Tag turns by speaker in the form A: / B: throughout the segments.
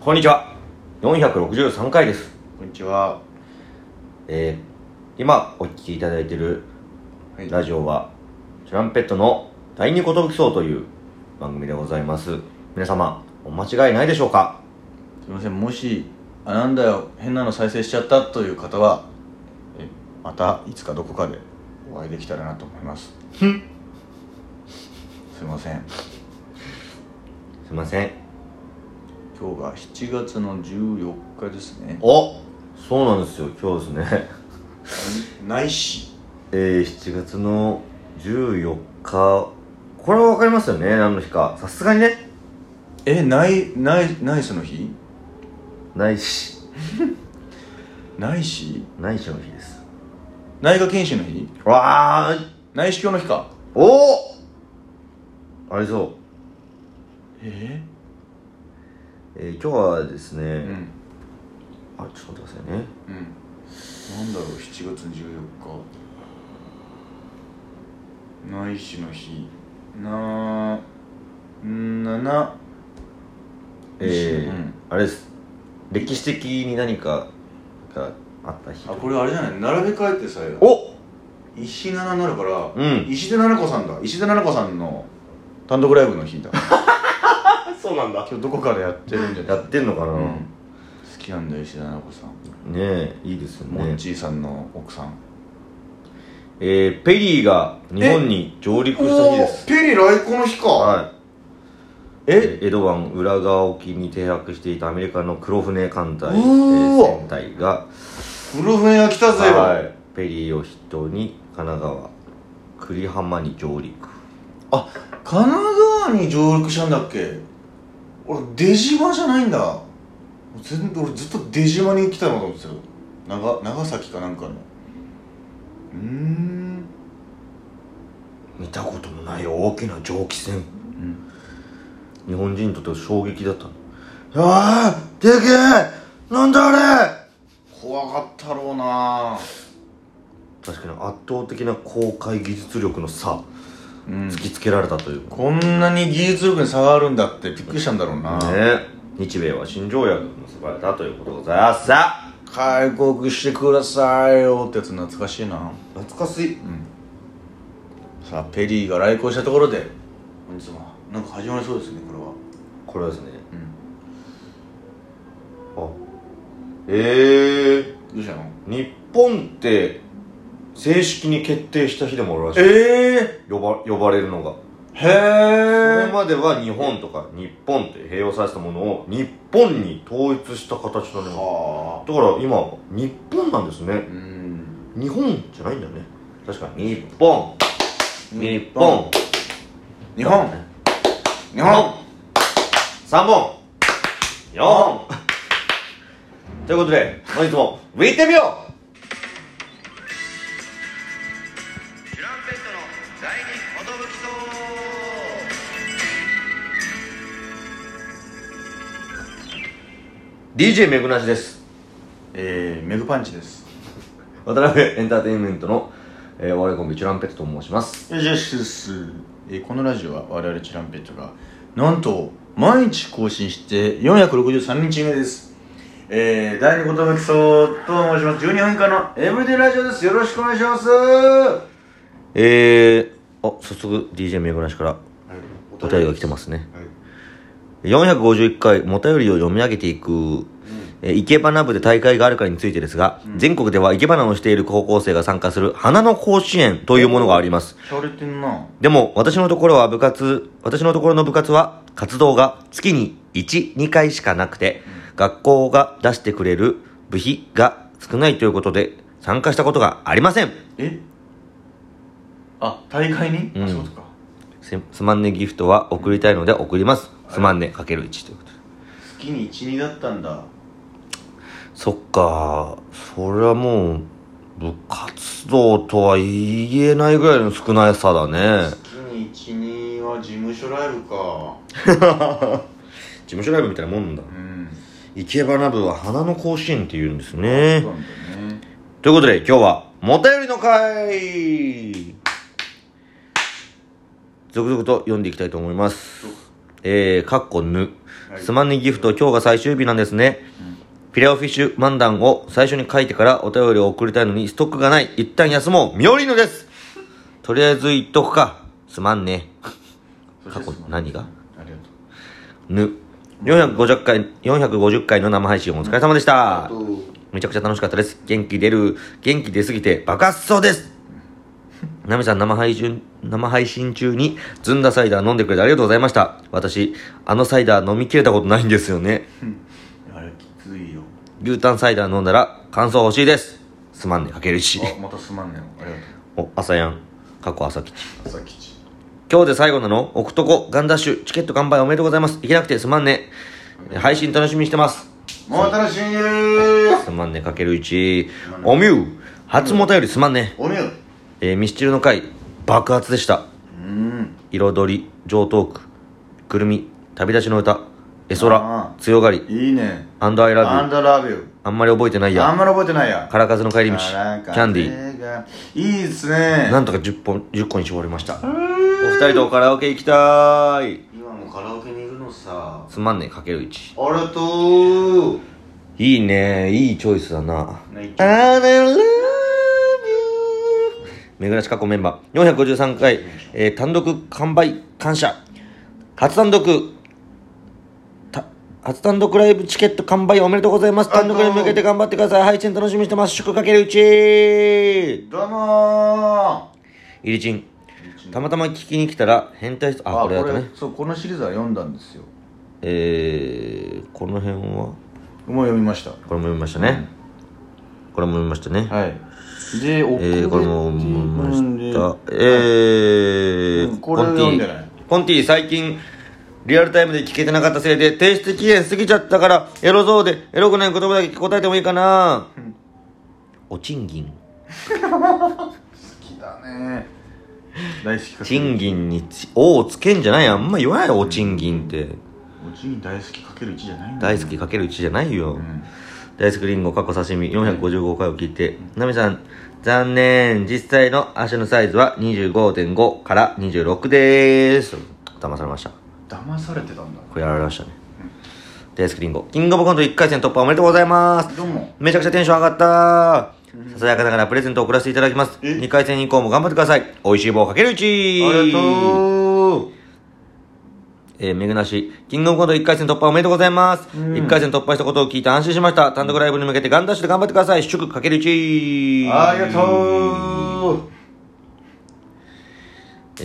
A: こんにちは463回です、
B: こんにちは。
A: えー今お聞きいただいている
B: はい
A: ラジオはトランペットの第二ことぶきそうという番組でございます皆様お間違いないでしょうか
B: すみません、もし、あ、なんだよ、変なの再生しちゃったという方は、えまたいつかどこかでお会いできたらなと思います。すみません。
A: すいません
B: 今日が7月の14日ですね。
A: おそうなんですよ今日ですね
B: ないし。
A: えー、7月の14日これは分かりますよね何の日かさすがにね
B: え、ない、ない、ないその日
A: ないし
B: ないし
A: ないしの日です
B: 内科研修の日
A: わあ
B: 内視鏡の日か。
A: おおありそう
B: え
A: えー今日はですね、
B: うん。うん。
A: あちょっと待ってくださいね
B: なんだろう、7月14日。ないしの日。な、な、な、
A: えー
B: うん
A: あれです歴史的に何かがあった日
B: あ、これあれじゃない、並べ替えてさ、
A: お
B: 石七になるから、
A: うん
B: 石田七子さんだ。石田七子さんの単独ライブの日だ。
A: そうなんだ
B: 今日どこかでやってるんじゃな
A: や
B: い
A: ってんのかな、
B: うん。好
A: ね
B: きなんだよ、石田七子さん。
A: えいいですよ
B: モッ
A: ね
B: チーさんの奥さん。
A: えー、ペリーが日本に上陸した日です
B: ペリー来航の日か。
A: はい
B: え、
A: 江戸湾浦河沖に停泊していたアメリカの黒船艦隊、え
B: うーわ
A: ー船隊が、
B: 黒船が来たぜよ。
A: はい、ペリーを筆頭に神奈川久里浜に上陸
B: あ神奈川に上陸したんだっけ俺出島じゃないんだ全俺ずっと出島に来たのかと思ってたよ長長崎かなんかのうーん
A: 見たこともない大きな蒸気船
B: うん
A: 日本人にとっては衝撃だったのああでけえなんだあれ
B: 怖かったろうな
A: 確かに圧倒的な航海技術力の差
B: うん
A: 突きつけられたというね
B: こんなに技術力に差があるんだってびっくりしたんだろうな、
A: 日米は新条約に結ばれたということでございますさあ
B: 開国してくださいよってやつ懐かしいな
A: 懐かしい
B: さあペリーが来航したところで本日もなんか始まりそうですねこれは
A: これですね
B: うん
A: あええ
B: どうしたの
A: 日本って正式に決定した日でもあるらしい
B: ええー、
A: 呼ば呼ばれるのが
B: へ
A: それ
B: え
A: までは日本とか日本って併用させたものを日本に統一した形だね
B: は
A: だから今日本なんですね
B: うん
A: 日本じゃないんだね確かに日本日本日
B: 日本日本
A: 本3本4本ということで本日もいってみようDJ めぐなしです
B: えー、メグパンチです
A: 渡辺エンターテインメントの、えー、我々コンビチュランペットと申します
B: よしよしよし、えー、このラジオは我々チランペットがなんと毎日更新して463日目ですえー、第二ことぶきそうと申します12分間のエブリデイラジオですよろしくお願いします
A: えー、あ早速 DJ めぐなしからお便りが来てますね
B: はい
A: 451回もたよりを読み上げていく、えー、いけばな部で大会があるかについてですが、全国ではいけばなをしている高校生が参加する花の甲子園というものがあります
B: しゃれてんな
A: でも私のところは部活私のところの部活は活動が月に12回しかなくて、学校が出してくれる部費が少ないということで参加したことがありません
B: えあ大会に、
A: ん
B: あそういうことか
A: すすまんねギフトは送りたいので送りますすまんねかける1ということで
B: 月に12だったんだ
A: そっかそれはもう部活動とは言えないぐらいの少ないさだね
B: 月に12は事務所ライブか
A: 事務所ライブみたいなもんなんだ
B: うん
A: いけばな部は花の甲子園って言うんです
B: そう
A: ね
B: なんだよね
A: ということで今日はもたよりの会続々と読んでいきたいと思いますえー、かっこぬ
B: はい
A: すまんねギフト今日が最終日なんですね、ピレオフィッシュ漫談を最初に書いてからお便りを送りたいのにストックがない一旦休もうミオリーヌですとりあえず言っとくかすまんね過去何が
B: ありがとう
A: ぬ450回450回の生配信お疲れ様でした
B: あと
A: めちゃくちゃ楽しかったです元気出る元気出すぎて爆発しそうです ナミさん生配信生配信中にずんだサイダー飲んでくれてありがとうございました私あのサイダー飲みきれたことないんですよね
B: あれきつ いよ
A: 牛タンサイダー飲んだら感想欲しいですすまんねかけるし
B: あまたすまんねんありがと
A: お朝やん過去朝吉
B: う朝吉
A: 今日で最後なの奥とこガンダッシュチケット完売おめでとうございます行けなくてすまんね配信楽しみにしてます
B: もう楽しみです
A: すまんねかける1おみゅう初もたよりすまんね
B: おみゅう
A: えーミスチルの回爆発でした
B: うん
A: 彩り上トークくるみ旅立ちの歌絵空
B: あ
A: 強がり
B: いいね
A: アンドアイ
B: ア
A: ラ
B: ン
A: ブ
B: ダーラビュ
A: あんまり覚えてない
B: ーあん
A: や
B: まり覚えてないや
A: 空風の帰り道キ
B: あらか
A: ャンディ
B: 風がいいですね
A: ーなんとか10本10個に絞りましたお二人とカラオケ行きたーい
B: 今もカラオケにいるのさ
A: つまんねえかける1
B: あれと
A: いいねいいチョイスだな
B: ね
A: I love you めぐらし過去メンバー453回、えー単独完売感謝初単独た初単独ライブチケット完売おめでとうございます単独に向けて頑張ってください配信楽しみにしてます祝かけるうち
B: どうも
A: いりちんたまたま聞きに来たら変態し
B: ー
A: あこれだったね
B: そうこのシリーズは読んだんですよ
A: えー、この辺は
B: もう読みました
A: これも読みましたね、これも読みましたね、
B: はいでお
A: えー、これも思いました。えー
B: うんこれ読んでない
A: コンティ最近リアルタイムで聞けてなかったせいで提出期限過ぎちゃったからエロそうでエロくない言葉だけ答えてもいいかな、お賃金
B: 好きだね大好きか
A: 賃金にち「お」をつけんじゃないあんま言わないよお賃金って
B: おちん大好きかける1じゃないんだ
A: 大好きかける1じゃないよ、
B: ん
A: 大好きりんご過去刺身455回を聞いて、ナミさん残念実際の足のサイズは25.5から26です騙されました
B: 騙されてたんだ
A: これやられましたね、大好きりんごキングオブコント1回戦突破おめでとうございます
B: どうも
A: めちゃくちゃテンション上がったささやかながらプレゼントを送らせていただきます
B: え
A: 2回戦以降も頑張ってください美味しい棒かける1
B: ありがとう
A: えー、めぐなし、キングオブコント1回戦突破おめでとうございます。一1回戦突破したことを聞いて安心しました。単独ライブに向けてガンダッシュで頑張ってください。祝かける1。
B: ありがとう
A: え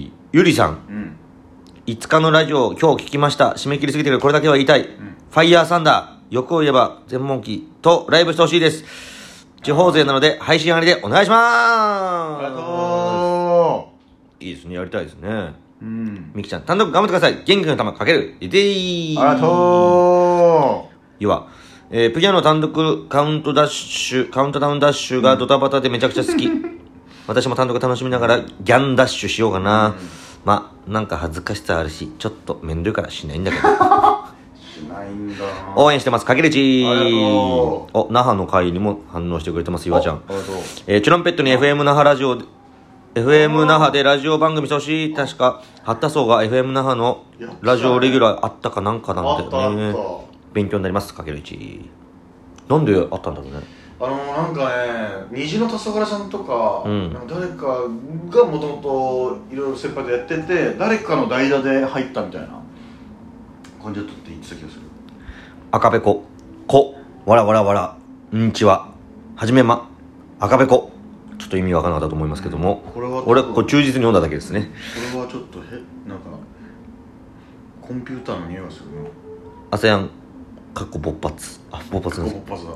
A: ー、ゆりさん、
B: うん
A: 5日のラジオ、今日聞きました。締め切りすぎてるこれだけは言いたい。ファイヤーサンダー、欲を言えば全問記とライブしてほしいです。地方勢なので配信ありでお願いし
B: ありが
A: ま
B: と
A: す。いいですね、やりたいですね。
B: ううん
A: みきちゃん、単独頑張ってください。元気の玉かける。いてー。
B: ありがと
A: 要は、えープギャの単独カウントダッシュ、カウントダウンダッシュがドタバタでめちゃくちゃ好 き。私も単独楽しみながらギャンダッシュしようかな。まあ、なんか恥ずかしさあるし、ちょっとめんどいからしないんだけど。
B: うしないんだな
A: 応援してます、かけるち
B: ありがと
A: お、那覇の会にも反応してくれてます、岩ちゃん
B: あ。りがとう
A: えーチュランペットに FM 那覇ラジオで、FM 那覇でラジオ番組してほしい。確か、八田荘が FM 那覇のラジオレギュラーあったかなんかなんだ
B: あった
A: よね。
B: あった
A: 勉強になりますかける1なんであったんだろうね
B: あのー、なんかね虹の黄昏さんとか,、
A: うん
B: なんか誰かがもともといろいろ先輩とやってて誰かの代打で入ったみたいな感じだったって言ってた気がする
A: 赤べここわらわらわらうんちははじめま赤べこちょっと意味わからなかったと思いますけども
B: これは
A: 俺はこう忠実に読んだだけですね
B: これはちょっとへなんかコンピューターの匂いがするな
A: アセアンかっこ勃発あ勃発なんです
B: ッパスだ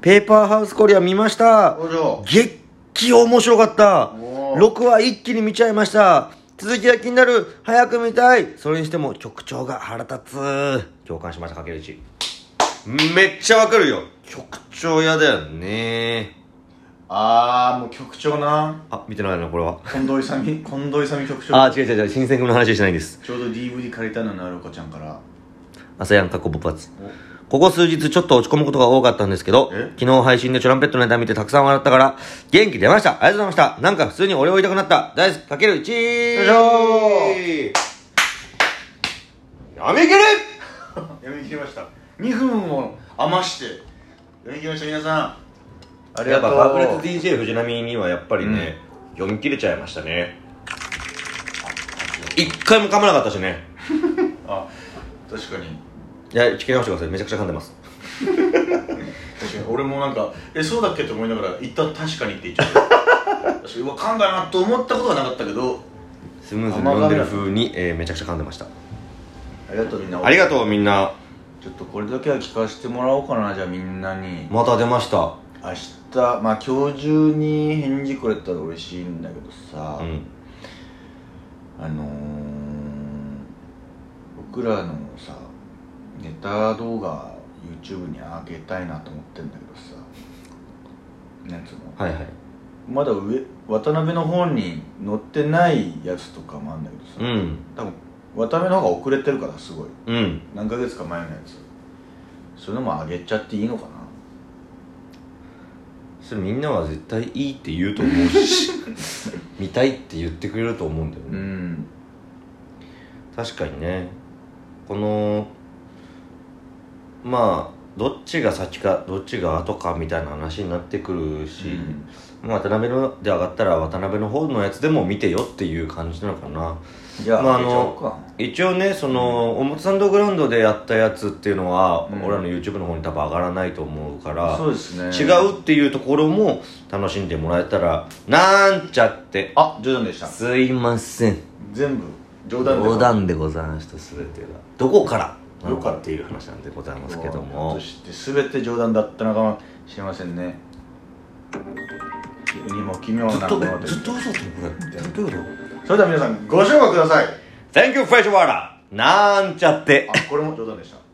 A: ペーパーハウスコリア見ました
B: あじゃあ
A: 激面白かった
B: おー
A: 6話一気に見ちゃいました続きが気になる早く見たいそれにしても曲調が腹立つ共感しましたかけるちめっちゃわかるよ曲調嫌だよね
B: あーもう局長な
A: あ見てないなこれは
B: 近藤 勇近藤勇局長
A: あ違う違う違う新選組の話してないです
B: ちょうど DVD 借りたのなるこちゃんから
A: 朝やん過去勃発ここ数日ちょっと落ち込むことが多かったんですけど
B: え、
A: 昨日配信でチョランペットのネタ見てたくさん笑ったから、元気出ましたありがとうございましたなんか普通に俺を言いたくなった大好きかける1
B: よいしょ
A: いやめきれ
B: やめきりました2分を余してやめきりました皆さんあり
A: や
B: が
A: っ
B: と
A: ぱ
B: う
A: パークレッツ DJ 藤波にはやっぱりね、読み切れちゃいましたね一回も噛まなかったしね
B: あ確かに
A: いや聞き直してくださいめちゃくちゃ噛んでます
B: 確かに俺もなんかえそうだっけと思いながら一旦確かにって言っちゃった確かにうわ噛んだなと思ったことはなかったけど
A: スムーズに読んでる風に、えーめちゃくちゃ噛んでました
B: ありがとうみんな
A: ありがとうみんな
B: ちょっとこれだけは聞かせてもらおうかなじゃあみんなに
A: また出ました
B: 明日まあ今日中に返事くれたら嬉しいんだけどさ、
A: うん
B: あのー、僕らのさネタ動画 YouTube に上げたいなと思ってんだけどさなんつうの
A: はいはい
B: まだ上渡辺の方に載ってないやつとかもあるんだけどさ、
A: うん
B: 多分渡辺の方が遅れてるからすごい
A: うん
B: 何ヶ月か前のやつそういうのも上げちゃっていいのかな
A: それみんなは絶対いいって言うと思う し見たいって言ってくれると思うんだよ
B: う
A: ね、
B: ん
A: 確かにねこのまあどっちが先かどっちが後かみたいな話になってくるし、まあ渡辺ので上がったら渡辺の方のやつでも見てよっていう感じなのかな
B: じゃあ、
A: まああ
B: 上げちゃおうか
A: の一応ねその表参道グラウンドでやったやつっていうのは、
B: うん
A: 俺らの YouTube の方に多分上がらないと思うから
B: そうですね
A: 違うっていうところも楽しんでもらえたらなんちゃって
B: あ冗談でした
A: すいません
B: 全部冗談で
A: 冗談でございました全てがどこからなの
B: どこか
A: からっていう話なんでございますけど
B: そ
A: も
B: して全て冗談だったのかもしれませんねにも奇妙
A: ずっ
B: なも
A: と
B: の
A: え
B: で
A: ずっと嘘ってこれどういうこと
B: それでは皆さんご唱和ください
A: Thank you, Fresh Water! なんちゃって
B: あこれも冗談でした